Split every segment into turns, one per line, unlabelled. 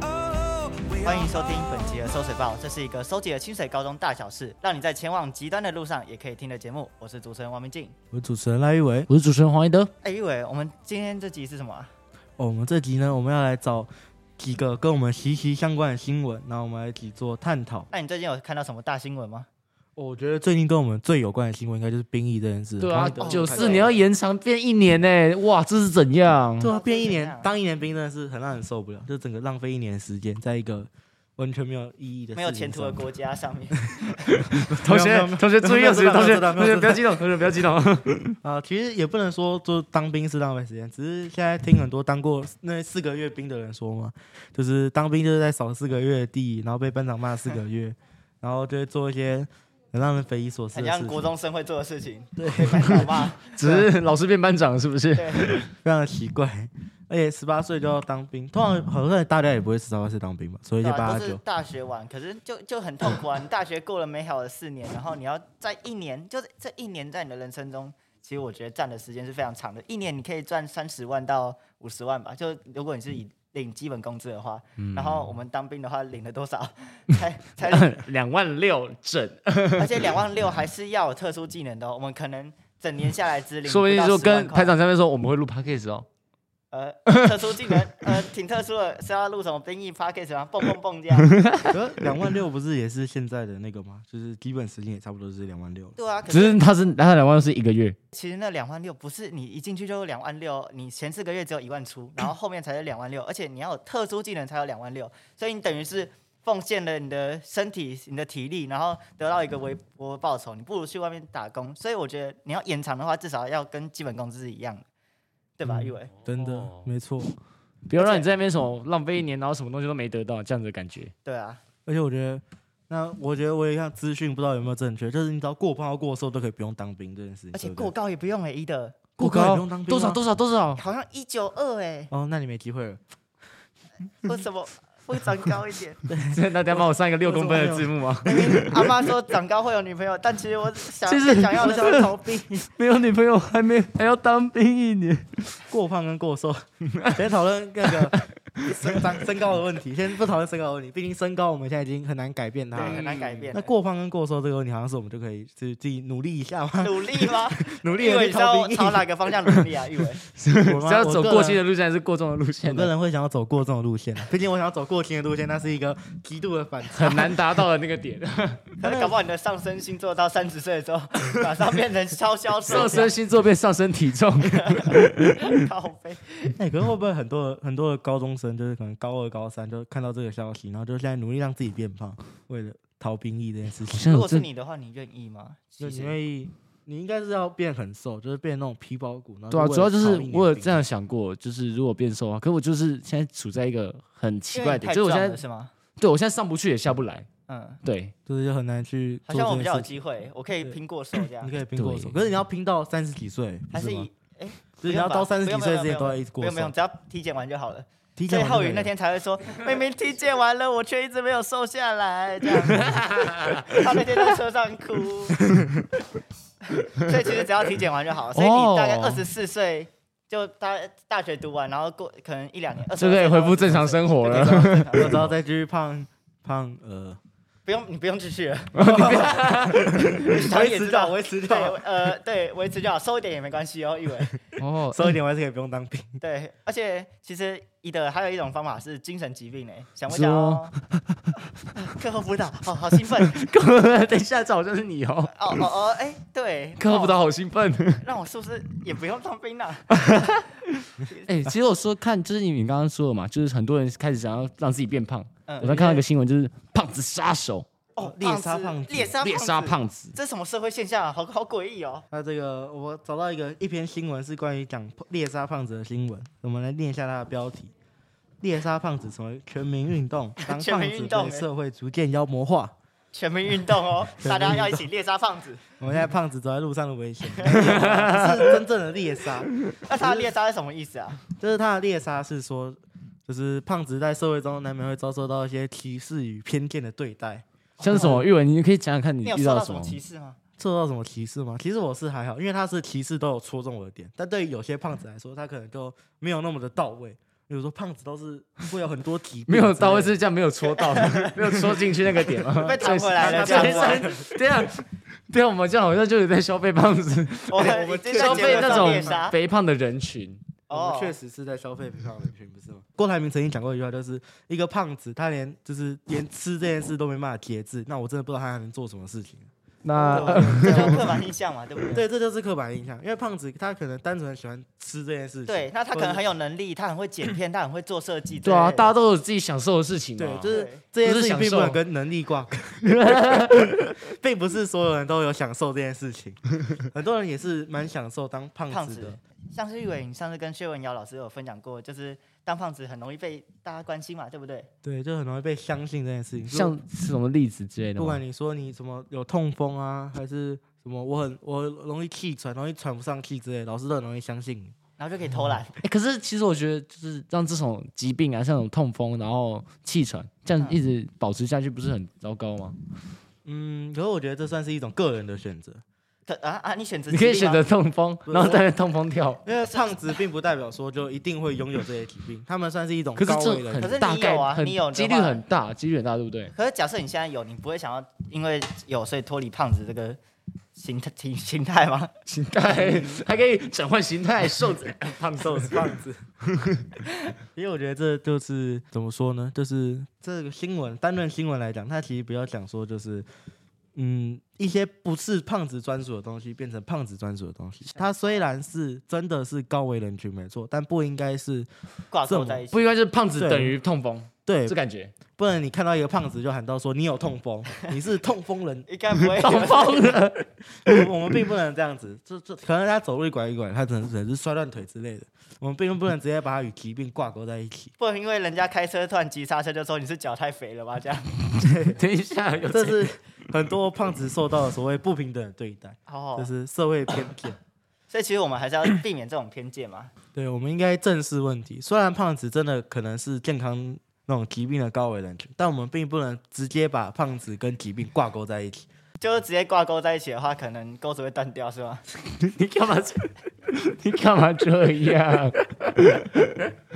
Oh, 欢迎收听本集的《收水报》，这是一个收集了清水高中大小事，让你在前往极端的路上也可以听的节目。我是主持人王明静。
我是主持人赖一伟。
我是主持人黄一德，
哎，一伟，我们今天这集是什么啊？
哦，我们这集呢，我们要来找几个跟我们息息相关的新闻，然后我们来一起做探讨。
那你最近有看到什么大新闻吗？
哦我觉得最近跟我们最有关的新闻，应该就是兵役这件事。
对啊
黄奕德，
九四年要延长变一年呢，哇，这是怎样？
对啊，变一
哦这样
年当一年兵真的是很让人受不了，就整个浪费一年的时间，在一个完全没有意义的、
没有前途的国家上面，
没
同
有
学
没有，
同学注意哦，
没有
同学，
知道
同
没有知
学
道
不要激动，同学不要激动。
啊、其实也不能说做当兵是浪费时间，只是现在听很多当过那四个月兵的人说嘛，就是当兵就是在扫四个月的地，然后被班长骂四个 月，然后就会做一些很让人匪夷所思
很
的事
像
情，
国中生会做的事情，对，班长骂，
只是老师变班长了是不是？
对，
非常的奇怪。 而且十八岁就要当兵，通常好像大家也不会十八岁当兵吧，所以就
对啊
八
都是
九。
大学玩，可是就就很痛苦啊！你 大学过了美好的四年，然后你要在一年，就是这一年在你的人生中，其实我觉得占的时间是非常长的。一年你可以赚三十万到五十万吧，就如果你是以领基本工资的话，
嗯
然后我们当兵的话领了多 少？才才领
两万六整，
而且两万六还是要有特殊技能的、哦，我们可能整年下来只领
说不定
到10
就
万
跟
块
排长下面说我们会录 podcast 哦。
呃特殊技能呃挺特殊的，是要录什么兵役 p a c k a g e 吗？蹦蹦蹦这样。
可两万六不是也是现在的那个吗？就是基本时间也差不多是两万六了。
对啊，可
只是他是他两万是一个月，
其实那两万六不是你一进去就两万六，你前四个月只有一万 出，然后后面才是两万六，而且你要有特殊技能才有两万六，所以你等于是奉献了你的身体、你的体力，然后得到一个微薄的报酬，你不如去外面打工。所以我觉得你要延长的话，至少要跟基本工资是一样的，对吧？
嗯
玉伟，
真的
哦，
没错。
不要让你在那边什么浪费一年，然后什么东西都没得到这样子的感觉。
对啊，
而且我觉得，那我觉得我有一项资讯不知道有没有正确，就是你只要过胖或过瘦都可以不用当兵这件事情。
而且
对不
过
对
高也不用哎、一的，
过高也不用当兵吗
多少多少多少，
好像一九二 哎，
哦，那你没机会了。
为什么会长高一点？
那等下帮我上一个六公分的字幕啊！
明明阿妈说长高会有女朋友，但其实我想
其实
想要的是逃 避。
没有女朋友还没还要当兵一年，
过胖跟过瘦， 先讨论那个身长身高的问题，先不讨论身高的问题，毕竟身高我们现在已经很难改变它
对，
了。
很难改变。欸
那过胖跟过瘦这个问题，好像是我们就可以自自己努力一下 嘛，
努力吗？
努力
玉
地
伟，
去
你知道
逃
我
兵役。
朝哪个方向努 力啊？玉伟，
我吗
只要走
我个
过轻的
人
路线还是过重的路线
我个人会想要走过这种路线啊，毕竟我想要走过轻的路线，那是一个极度的反差。
很难达到的那 个点。
可能搞不好你的上升星座到三十岁的时候，马上变成超销售
上升星座变上升体重，
靠背。
哎、可是会不会很多很多的高中生，就是可能高二、高三就看到这个消息，然后就现在努力让自己变胖，为了逃兵役这件事情。
如果是你的话，你愿意吗？
就
其
你
实
愿意，你应该是要变很瘦，就是变那种皮包骨。然后
对啊，主要就是我有这
样，
样想过，就是如果变瘦啊，可我就是现在处在一个很奇怪的
因为你太
点，就是我现
壮了
在
是吗？
对我现在上不去也下不来，
嗯，
对，
就是就很难去
好
做
像我比
这
较有
件事情。
机会，我可以拼过瘦这样
你，可以拼过
啊对
瘦，可是你要拼到三十几岁，不
还是
吗
以？哎，
就是你要到
不
三
用
十
吧
几岁之前都要一直
不
过
用不
瘦
用，。只要体检完就好了。
提
所以
前
浩宇那天才会说，明明体检完了，我却一直没有瘦下来，这样。 他那天在车上哭。 所以其实只要体检完就好，所以你大概
哦
二十四岁就大大学读完，然后过可能一两年，
就可以恢复正常生活了。
我只要再继续胖胖呃，
不用你不用继续 了，
哦
想也
维持
知
掉
道，
维持
对
掉，
呃对维持就好，瘦一点也没关系哦，一伟。
哦，
瘦一点我还是可以不用当兵。
对，而且其实伊德还有一种方法是精神疾病诶、想不
是
想
吗
哦？课后辅导，哦，好兴奋，
等一下，这好像是你哦。
哦哦哦，哎、对，
课后辅导好兴奋，
让我是不是也不用当兵啊了、
哎、其实我说看，就是你你刚刚说的嘛，就是很多人开始想要让自己变胖。
嗯
我刚看到一个新闻，就是胖子杀手
哦，
猎杀胖子
猎杀
猎杀
子，
胖子，
这什么社会现象啊？好好诡异哦！
那这个我找到一个一篇新闻是关于讲猎杀胖子的新闻，我们来念一下它的标题：猎杀胖子成为全民运动， 当
全
胖
民
子
运动
被
欸
社会逐渐妖魔 化。
全民运动哦，大家要一起猎杀胖子。
我们现在胖子走在路上的 危险，是真正的猎杀。
那他的猎杀是什么意思啊？
就是他的猎杀是说，就是胖子在社会中难免会遭受到一些歧视与偏见的对待。
像是什么玉文，你可以讲讲看你
哦你有
遇
受到
了
什
什
么
么
歧视吗？
受到什么歧视吗？其实我是还好，因为他是歧视都有戳中我的点，但对于有些胖子来说，他可能就没有那么的到位。因比如说胖子都是会有很多 体
没有到位
之类
是这样，没有 戳到，没有戳进去那个点吗？
被弹回来了，这
对
样
对对啊，对啊，我们这样好像就是在消费胖 子，
我们我们
消费那种
猎杀
肥胖的人群。
的，我
哦
们，确实是在消费肥胖人群，不是吗？郭台铭曾经讲过一句话，就是一个胖子他连就是连吃这件事都没办法节制，那我真的不知道他还能做什么事情。
那
对这就是刻板印象嘛，对不对？
对，这就是刻板印象，因为胖子他可能单纯喜欢吃这件事情。
对，那他可能
或者
很有能力，他很会剪 片，他很会做设计之
对
类的。
啊，大家都有自己享受的事情嘛
对，。就是
对
这件
不是
事情
享
并不能
受
跟能力挂钩， 并不是所有人都有享受这件事情，很多人也是蛮享受当胖
胖
子的
子。像是玉伟，你上次跟薛文瑶老师有分享过，就是当胖子很容易被大家关心嘛，对不对？
对，就很容易被相信这哦件事情。就
像什么例子之类的
不
吗，
管你说你什么有痛风啊，还是什么我很我容易气喘，容易喘不上气之类，老师都很容易相信你。
然后就可以偷懒，
欸可是其实我觉得，就是让这种疾病啊，像这种痛风，然后气喘，这样
嗯
一直保持下去，不是很糟糕吗？
嗯，可是我觉得这算是一种个人的选择，
可啊啊，你选择
你可以
疾
选
病吗
择痛风，
不是
然后带着痛风跳。
因为胖子并不代表说就一定会拥有这些疾病，他们算是一种
可是
高危
这
的。
可是
很
你
大概
有啊
很
你有的
几率
话
很大，几率很大，对不对？
可是假设你现在有，你不会想要因为有所以脱离胖子这个形态形形态吗？
形态还可以转换形态，瘦子、嗯 胖瘦子、胖子。
因为我觉得这就是怎么说呢，就是这个新闻单论新闻来讲，它其实不要讲说就是。嗯，一些不是胖子专属的东西变成胖子专属的东西，它虽然是真的是高危人群没错，但不应该是
挂
这
钩
么
在一起
不，应该是胖子
对
等于痛风，
对
这感觉
不能你看到一个胖子就喊到说你有痛 风，你是痛风人，
应该不会有
痛风啊了。
我们并不能这样子。这这可能他走路一拐一拐，他只能只能是摔断腿之类的。我们并不能直接把他与疾病挂钩在一起。
不能因为人家开车突然急刹车就说你是脚太肥了吧？这 样
等一下，有
这
这
是很多胖子受到的所谓不平等的对待，
哦
这，是社会偏 见。
所以其实我们还是要避免这种偏见嘛。
对，我们应该正视问题。虽然胖子真的可能是健康那种疾病的高危人群，但我们并不能直接把胖子跟疾病挂钩在一起。
就是直接挂钩在一起的话，可能钩子会断掉，是吗？
你干嘛这？ 你干嘛这样？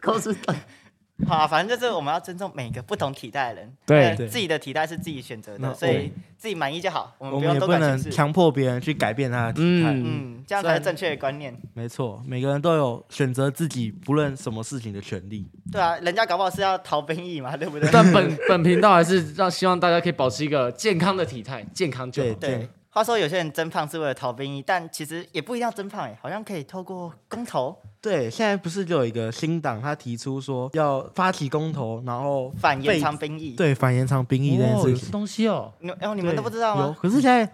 告诉他，
好啊、反正就是我们要尊重每个不同体态的人，
对
呃
对
自己的体态是自己选择
那
的，所以自己满意就好，我们
我
不
们
用
也
多
不能
管闲事。
强迫别人去改变他的体态。
嗯
嗯，这样
虽
才
然
是正确的观念。
没错，每个人都有选择自己不论什么事情的权利。
对啊，人家搞不好是要逃兵役嘛，对不对？
但本本频道还是让希望大家可以保持一个健康的体态，健康就好
对。
对，话说有些人增胖是为了逃兵役，但其实也不一定要增胖哎，好像可以透过公投
对，现在不是就有一个新党，他提出说要发起公投，然后
反延
被
长兵役。，
对反延长兵役这件
哦，有
事
这
情。
东西哦，
你哦你
你
们都不知道
有，
吗？
可是现在，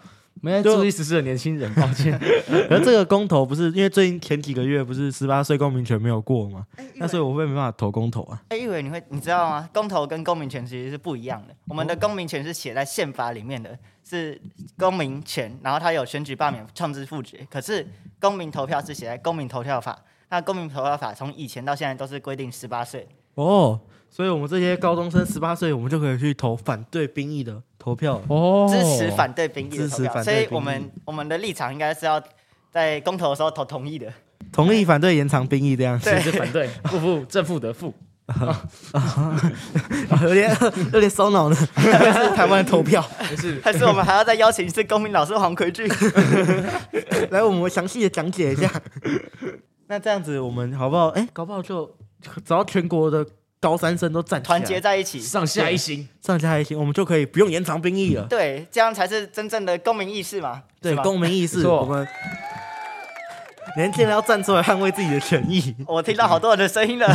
没在注意时事的年轻人，抱 歉。
而这个公投不是因为最近前几个月不是十八岁公民权没有过嘛？
哎
那所以我会没办法投公投啊。
哎，玉伟，你会你知道吗？公投跟公民权其实是不一样的。我们的
哦
公民权是写在宪法里面的，是公民权，然后它有选举、罢免、创制、复决。可是公民投票是写在公民投票法，那公民投票法从以前到现在都是规定十八岁。
哦，所以我们这些高中生十八岁，我们就可以去投反对兵役的投票。
哦
支持反对兵役的
支
投
持
票，
反
所
对
以
兵役
我们我们的立场应该是要在公投的时候投同意的。
同意反对延长兵役这样子，
谁是反对？负负正负得负。
有点有点 烧脑呢。是台湾的投票，
没事，
还是我们还要再邀请一次公民老师黄奎 俊？
啊来，我们详细的讲解一下。 那这样子，我们好不好？哎、搞不好就只要全国的高三生都站起来
团结，在一起，
上下一心。
上下一心，我们就可以不用延长兵役了。
对，这样才是真正的公民意识嘛。
对，
是吧
公民意识，
没错
我们年轻人要站出来捍卫自己的权益。
我听到好多人的声音 了。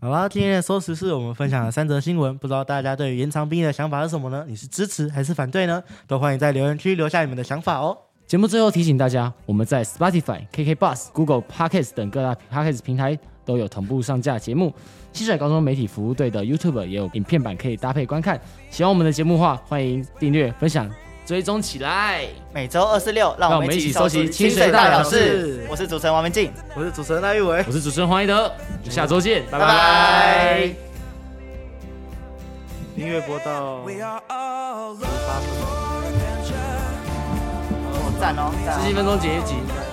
好啦，今天的收时是我们分享了三则新闻，不知道大家对于延长兵役的想法是什么呢？你是支持还是反对呢？都欢迎在留言区留下你们的想法哦。
节目最后提醒大家，我们在 Spotify、KK Bus、Google Podcast 等各大 Podcast 平台都有同步上架节目。溪水高中媒体服务队的 YouTube 也有影片版可以搭配观看。喜欢我们的节目的话，欢迎订阅、分享、追踪起来。
每周二四六，让
让
我
我
们
们
一
一
起
起
收
收
集
集
《清
清
水
水
大
大
小
小
事
事》，
我是主持人王文静，
我是主持人赖玉伟，
我是主持人黄一德，我们下周见，
拜
拜
拜
拜。。
音乐播到
We are all
八分。
adventure.
哦赞哦，赞哦哦
十七分钟结一集。
Adventure.